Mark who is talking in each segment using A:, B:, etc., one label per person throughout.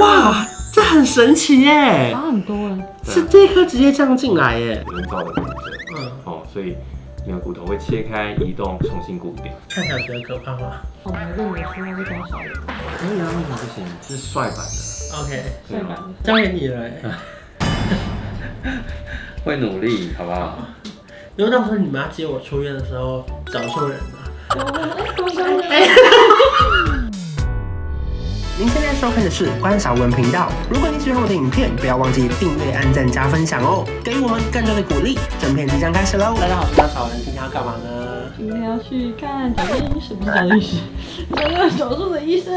A: 哇，这很神奇耶！
B: 差很多了。
A: 是这一颗直接这样进来耶，
C: 人造的骨折
A: 嗯，
C: 哦，所以你的骨头会切开、移动、重新固定。
A: 看起来觉得可怕吗
B: 我们认为说这种好人，
C: 可
A: 哎
C: 以啊，为什么不行？这是帅版的，
A: ？OK，
B: 帅男。
A: 交给你了耶。
C: 会努力，好不好？
A: 如果到时候你们要接我出院的时候找错人了。您现在收看的是关少文频道。如果你喜欢我的影片，不要忘记订阅、按赞、加分享哦，给予我们更多的鼓励。正片即将开始喽！大家好，我是关少文，今天要干嘛呢？
B: 今天要去看小叶医师，不是小叶医师，小叶手术的医生。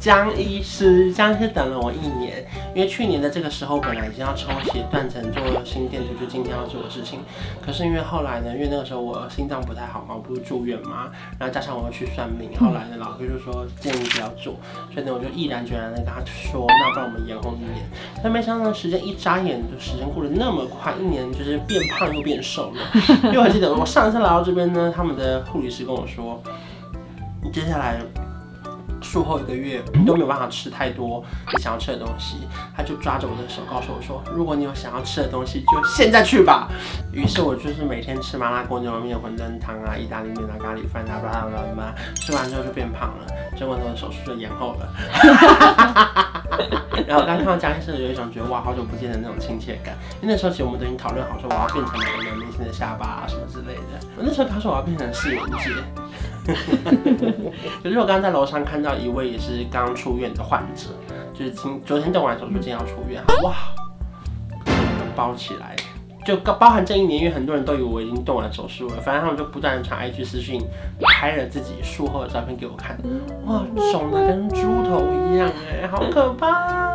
A: 江医师，江医师等了我一年，因为去年的这个时候本来已经要抽血断层做心电图，就今天要做的事情。可是因为后来呢，因为那个时候我心脏不太好嘛，我不是住院嘛，然后加上我要去算命，后来呢老哥就说建议不要做，所以呢我就毅然决然的跟他说，那不然我们延后一年。但没想到呢时间一眨眼，就时间过得那么快，一年就是变胖又变瘦了。因为我记得我上一次来到这边呢，他们的护理师跟我说，你接下来术后一个月你都没有办法吃太多你想要吃的东西，他就抓着我的手告诉我说，如果你有想要吃的东西，就现在去吧。于是我就是每天吃麻辣锅、牛肉面、馄饨汤啊、意大利面啊、咖喱饭啊，巴拉巴拉巴拉，吃完之后就变胖了，结果呢我的手术就延后了。 然后我刚看到江医生有一种觉得哇好久不见的那种亲切感，因为那时候其实我们都已经讨论好说我要变成哪个男明星的下巴啊什么之类的。我那时候他说我要变成世元界，可是我刚刚在楼上看到一位也是刚出院的患者，就是今昨天动完手术，今天要出院，哇，包起来，就包含这一年，因为很多人都以为我已经动完手术了，反正他们就不断的传 IG 私讯，拍了自己术后的照片给我看，哇，肿的跟猪头一样哎、好可怕。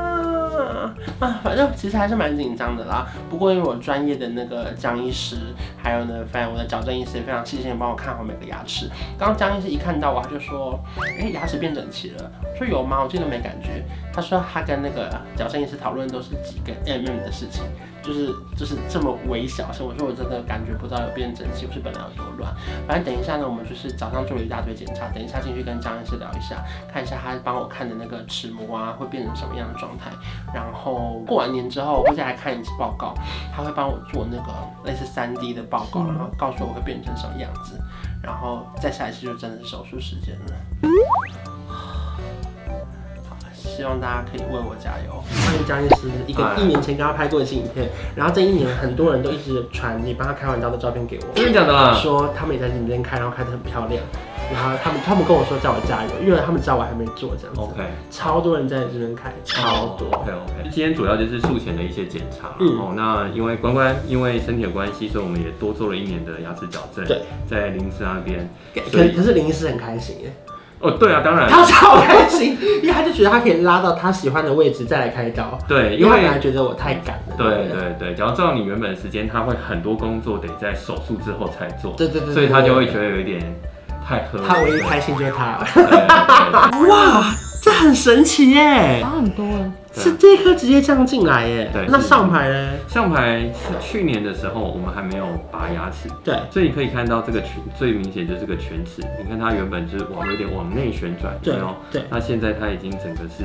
A: 啊，反正其实还是蛮紧张的啦。不过因为我专业的那个江医师，还有呢，反正我的矫正医师也非常细心的帮我看好每个牙齿。刚刚江医师一看到我，他就说：“哎、牙齿变整齐了。”我说：“有吗？我记得没感觉。”他说他跟那个矫正医师讨论都是几个 mm 的事情，就是就是这么微小。所以我说我真的感觉不到有变整齐，不是本来有多乱。反正等一下呢，我们就是早上做了一大堆检查，等一下进去跟张医师聊一下，看一下他帮我看的那个齿模啊会变成什么样的状态。然后过完年之后，我会再来看一次报告，他会帮我做那个类似3 D 的报告，然后告诉我会变成什么样子。然后再下一次就真的是手术时间了。希望大家可以为我加油。关于江医师，一个
C: 哎
A: 一年前刚刚拍过一次影片，然后这一年很多人都一直传你帮他开完刀的照片给我，
C: 真的假的啦？
A: 说他们也在你们这边开，然后开得很漂亮。然后他们他们跟我说叫我加油，因为他们知道我还没做这样子。
C: OK
A: 超多人在你这边开，超多。
C: OK OK，今天主要就是术前的一些检查啦。
A: 嗯
C: 哦，那因为关关因为身体的关系，所以我们也多做了一年的牙齿矫正。
A: 对，
C: 在林芝那边。
A: 可
C: 所以
A: 可是林医师很开心耶，
C: 哦，对啊，当然。
A: 他超开心，因为他就觉得他可以拉到他喜欢的位置再来开刀，
C: 对，
A: 因
C: 因
A: 为他本来
C: 为
A: 觉得我太赶了。
C: 对对对，只要照你原本的时间，他会很多工作得在手术之后才做，
A: 对对对对
C: 所以他就会觉得有一点太合理了。
A: 他唯一开心就是他。
C: 对对对
A: 哇，这很神奇耶！
B: 差很多了。
C: 对
A: 是这一颗直接这样进来耶。
C: 对
A: 那上排呢？
C: 上排是去年的时候，我们还没有拔牙齿，
A: 对，
C: 所以你可以看到这个全最明显就是这个全齿，你看它原本就是往有点往内旋转，有
A: 对
C: 没有？
A: 对
C: 那现在它已经整个是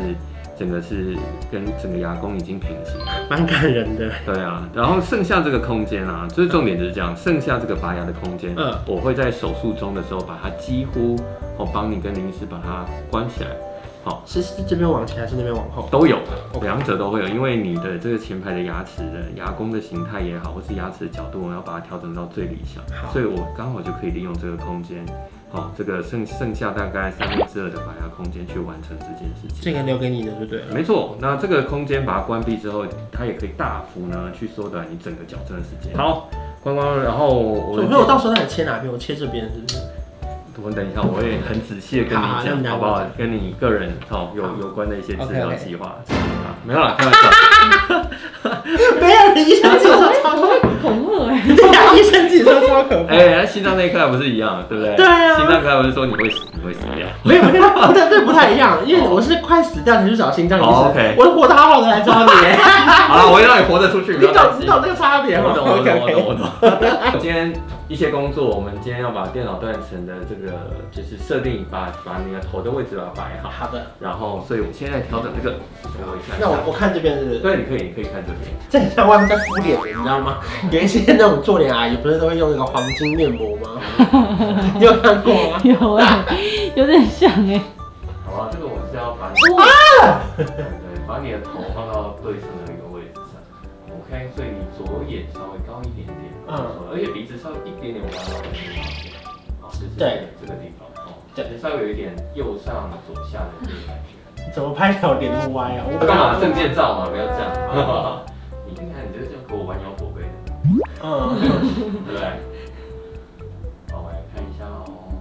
C: 整个是跟整个牙弓已经平行了，
A: 蛮感人的。
C: 对啊。然后剩下这个空间啊，就是重点就是这样，剩下这个拔牙的空间，
A: 嗯
C: 我会在手术中的时候把它几乎哦帮你跟临时把它关起来，好、
A: 是是这边往前还是那边往后？
C: 都有，
A: OK
C: 两者都会有，因为你的这个前排的牙齿的牙弓的形态也好，或是牙齿的角度，我们要把它调整到最理想
A: 好，
C: 所以我刚好就可以利用这个空间，好、这个剩剩下大概三分之二的拔牙空间去完成这件事情。
A: 这个留给你的就对了。
C: 没错，那这个空间把它关闭之后，它也可以大幅呢去缩短你整个矫正的时间。好，关关，然后我
A: 所以我到时候让你切哪边？我切这边是 不是？
C: 我等一下，我会很仔细的跟你
A: 好好那
C: 讲，
A: 你来
C: 好不好
A: 我？
C: 跟你个人哦有
A: 好
C: 有关的一些治
A: OK，
C: 疗
A: OK
C: 计划，啊没有啦，开玩笑。
A: 没有人医生介绍超
B: 我会恐吓哎。
A: 对呀、后医生自己说超可怕。
C: 哎，那心脏那一块不是一样，对不对？
A: 对啊
C: 心脏那块不是说你会死，你会死掉。
A: 没有，没有，不对，这不太一样，因为我是快死掉才去找心脏医生，
C: 哦，OK
A: 我是活得好好的来找你，
C: 好 了，我会让你活着出去，不
A: 你
C: 要担
A: 懂
C: 心
A: 你懂这个差别吗
C: 我懂，我懂，我
A: ？OK，OK
C: 懂，我懂。今天一些工作，我们今天要把电脑断层的这个就是设定，把把你的头的位置把它摆好，
A: 好的，
C: 然后，所以我们现在调整这个，我一下。
A: 那我我看这边是不是？
C: 对，你可以，你可以看这边。
A: 这很像外面在敷脸的，你知道吗？ 有一些那种做脸阿姨不是都会用那个黄金面膜吗？ 你有看过吗？
B: 有 哎、有点像哎、
C: 好啊吧，这个我是要把你，
A: 啊
C: 对对，把你的头放到对称的一个位置上。OK，所以你左眼稍微高一点点，
A: 嗯
C: 而且鼻子稍微一点点弯到这个地方，好，就是这个
A: 对
C: 这个地方哦，
A: 对
C: 就是稍微有一点右上左下的这个感觉。
A: 怎么拍到脸都歪啊？我
C: 干嘛证件照嘛，不要这 样。你看，你这就给我弯腰驼背，
A: 嗯，
C: 对不对？好，我来看一下哦。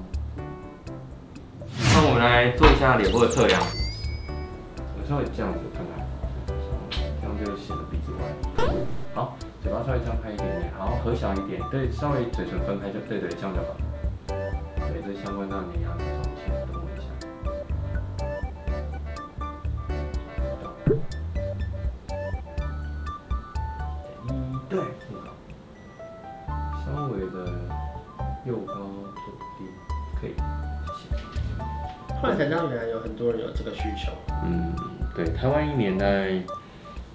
C: 那我们来做一下脸部的测量。我稍微这样子看看，这样就显得鼻子歪。好，嘴巴稍微张开一点点，然后合小一点，对，稍微嘴唇分开就对对，这样就好。对，这相关到你的牙齿中间，等我一下。一对，稍微的右高左低，可以。
A: 突然想到原来有很多人有这个需求，
C: 嗯，对，台湾一年大概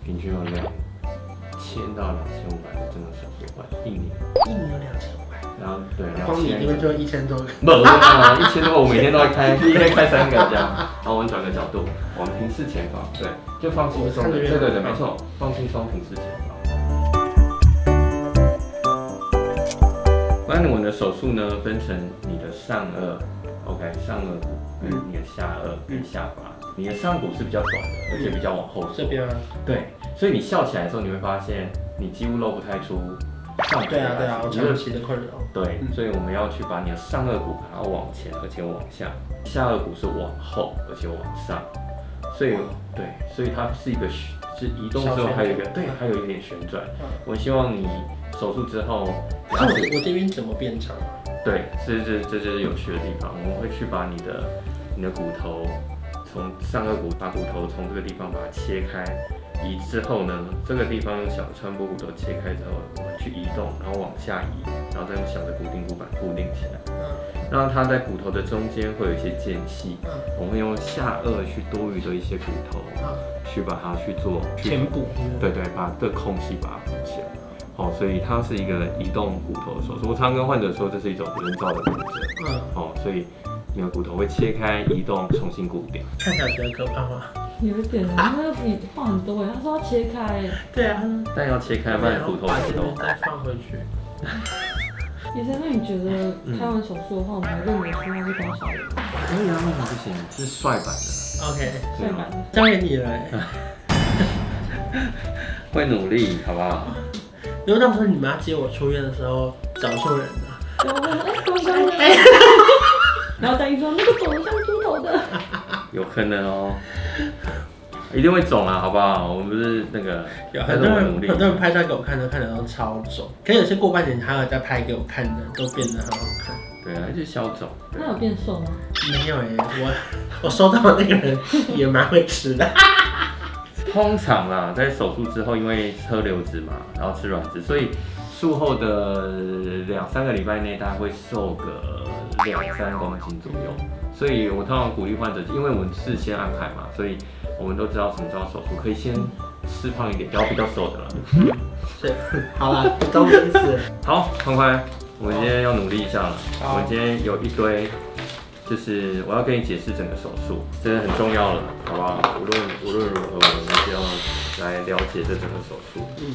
C: 平均有两千到两千五百个这种手术患一年，
A: 一年有两千块，
C: 然后对，
A: 光你这边
C: 两千。
A: 就一千多个。
C: 不，啊，一千多，我每天都会开， 一天开三个这样。好，我们转个角度，我们平视前方，对，就放轻松的，对对对，没错，放轻松，平视前方。关于我们的手术呢，分成你的上颚，OK，上颚骨跟
A: 嗯
C: 你的下颚跟下巴。你的上颚骨是比较短的，而
A: 嗯
C: 且比较往后
A: 这
C: 缩。
A: 边啊，
C: 对，所以你笑起来的时候，你会发现你几乎露不太出上颚。
A: 对啊对啊，我
C: 你就
A: 长期的困扰。
C: 对，
A: 嗯
C: 所以我们要去把你的上颚骨把它往前，而且往下；下颚骨是往后，而且往上。所以
A: 哇
C: 对，所以它是一个旋是移动之
A: 小
C: 后
A: 旋
C: 还有一个
A: 转
C: 对，还有一点旋转
A: 嗯。啊
C: 我希望你手术之后，
A: 可是我这我这边怎么变长啊？
C: 对，这这这就是有趣的地方。我们会去把你的你的骨头从上颚骨把骨头从这个地方把它切开，移之后呢，这个地方用小的穿拨骨头切开之后，我们去移动，然后往下移，然后再用小的固定骨板固定起来。
A: 嗯
C: 让它在骨头的中间会有一些间隙，
A: 嗯
C: 我们会用下颚去多余的一些骨头，
A: 嗯，
C: 去把它去做去
A: 填补。
C: 对对，把这空隙把它补起来。哦，所以它是一个移动骨头的手术。我常跟患者说，这是一种人造的骨折。
A: 嗯，
C: 哦，所以你的骨头会切开、移动、重新固定。
A: 看起来觉得可怕吗？
B: 有一点，那你话很多哎、他说要切开哎、
A: 对啊，
C: 但要切开，不然骨头
A: 把
C: 会
A: 这边
C: 动。
A: 再放回去。
B: 医生，那你觉得开完手术的话，我们认为说他是当小人，
C: 可以啊，为什么不行？是帅版的，
A: OK，
B: 帅版的，
A: 交给你了、欸。
C: 会努力，好不好？
A: 因为到时候你妈接我出院的时候找错人了。
B: 然后我说哎，怎么像猪头 然后戴医生那个肿的像猪头的，
C: 有可能 哦，一定会肿啊啦，好不好？我们不是那个，
A: 有
C: 但
A: 很
C: 是
A: 多
C: 我
A: 人
C: 努力
A: 很。多人拍照给我看的，看的都超肿，可是有些过半年还有在拍给我看的，都变得很好看。
C: 对啊，就消肿。对
B: 那有变瘦吗？
A: 没有哎、我我收到的那个人也蛮会吃的。
C: 通常啦，在手术之后，因为喝流质嘛，然后吃软质，所以术后的两三个礼拜内，大概会瘦个两三公斤左右。所以我通常鼓励患者，因为我们事先安排嘛，所以我们都知道什么时候手术，可以先吃胖一点，然后比较瘦的了。
A: 所以好啦，懂你意思。
C: 好，宽宽，我们今天要努力一下了。
A: 好
C: 我们今天有一堆，就是我要跟你解释整个手术，真的很重要了，好不好？无论无论如何，我们就要来了解这整个手术。
A: 嗯，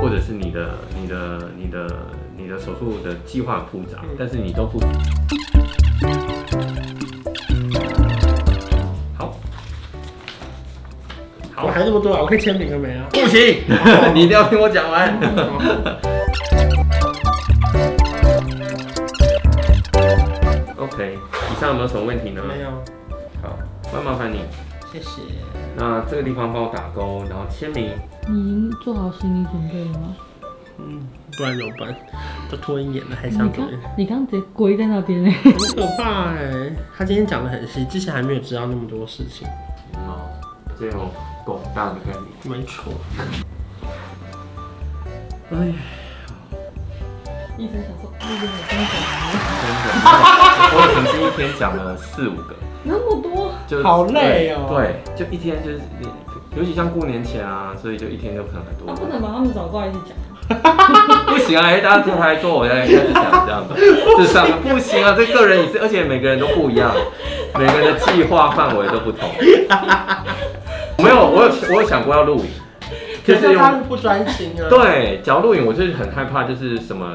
C: 或者是你的、你的、你的、你的手术的计划很复杂
A: 嗯，
C: 但是你都不。好，好
A: 我，还这么多啊，我可以签名了没啊？
C: 不 行，你一定要听我讲完。OK，以上有没有什么问题呢？
A: 没有，
C: 好，妈妈麻烦你。
A: 谢谢。
C: 那这个地方帮我打勾，然后签名。
B: 你已经做好心理准备了吗？
A: 不然怎么办？都拖一年了，还
B: 你
A: 想怎
B: 刚
A: 么样？
B: 你刚直接跪在那边嘞，欸
A: 很可怕哎、他今天讲的很细，之前还没有知道那么多事情。
C: 嗯哦，最后狗蛋跟你。
A: 没错，
C: 哎呀，
B: 医生想说，那个好像讲了
C: 真的， 我曾经一天讲了四五个，
B: 那么多，
C: 就
A: 好累哦
C: 对，对就一天就是你，尤其像过年前啊，所以就一天就可能很
B: 他
C: 多。
B: 啊不能把他们找过来一起讲。
C: 不行啊，哎大家坐台坐，我在开始讲这样 子，这上不行啊，这个人也是，而且每个人都不一样，每个人的计划范围都不 同。没有，我有我有想过要录影，就
A: 可
C: 是
A: 是
C: 用
A: 他是不专心啊。，
C: 对，讲到录影，我就是很害怕，就是什么，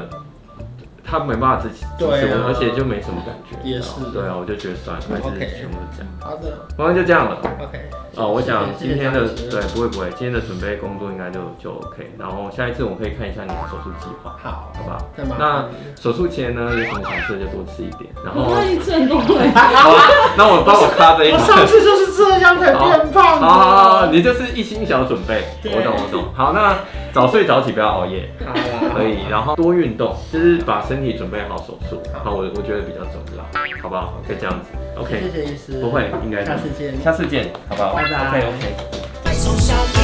C: 他没办法自己主持
A: 对啊
C: 我，而且就没什么感觉。
A: 也是
C: 对啊，我就觉得算了，还是
A: OK
C: 全部都这样。
A: 好的
C: 反正就这样了。
A: ，OK。
C: 哦，我想
A: 谢谢
C: 今天的
A: 谢谢
C: 对，不会不会，今天的准备工作应该就就 OK。然后下一次我们可以看一下你的手术计划，
A: 好，
C: 好不好？
A: 那麻
C: 那
A: 烦你
C: 手术前呢，有什么想吃的就多吃一点。然后，
B: 我已经吃很多了，
C: 好那我帮我卡这一
A: 我
C: 段。
A: 上次就是这样才变胖的。
C: 好好好，你就是一心想要准备，
A: 对
C: 我懂我懂。好，那早睡早起，不要熬夜。
A: 好啦
C: 可以，然后多运动，就是把身体准备好手术。好，我我觉得比较重要，好不好？可以这样子，OK，
A: 谢谢医师，
C: 不会，应该是
A: 下次见。
C: 下次见，好不好
A: 拜拜
C: ？OK OK。
D: 手下。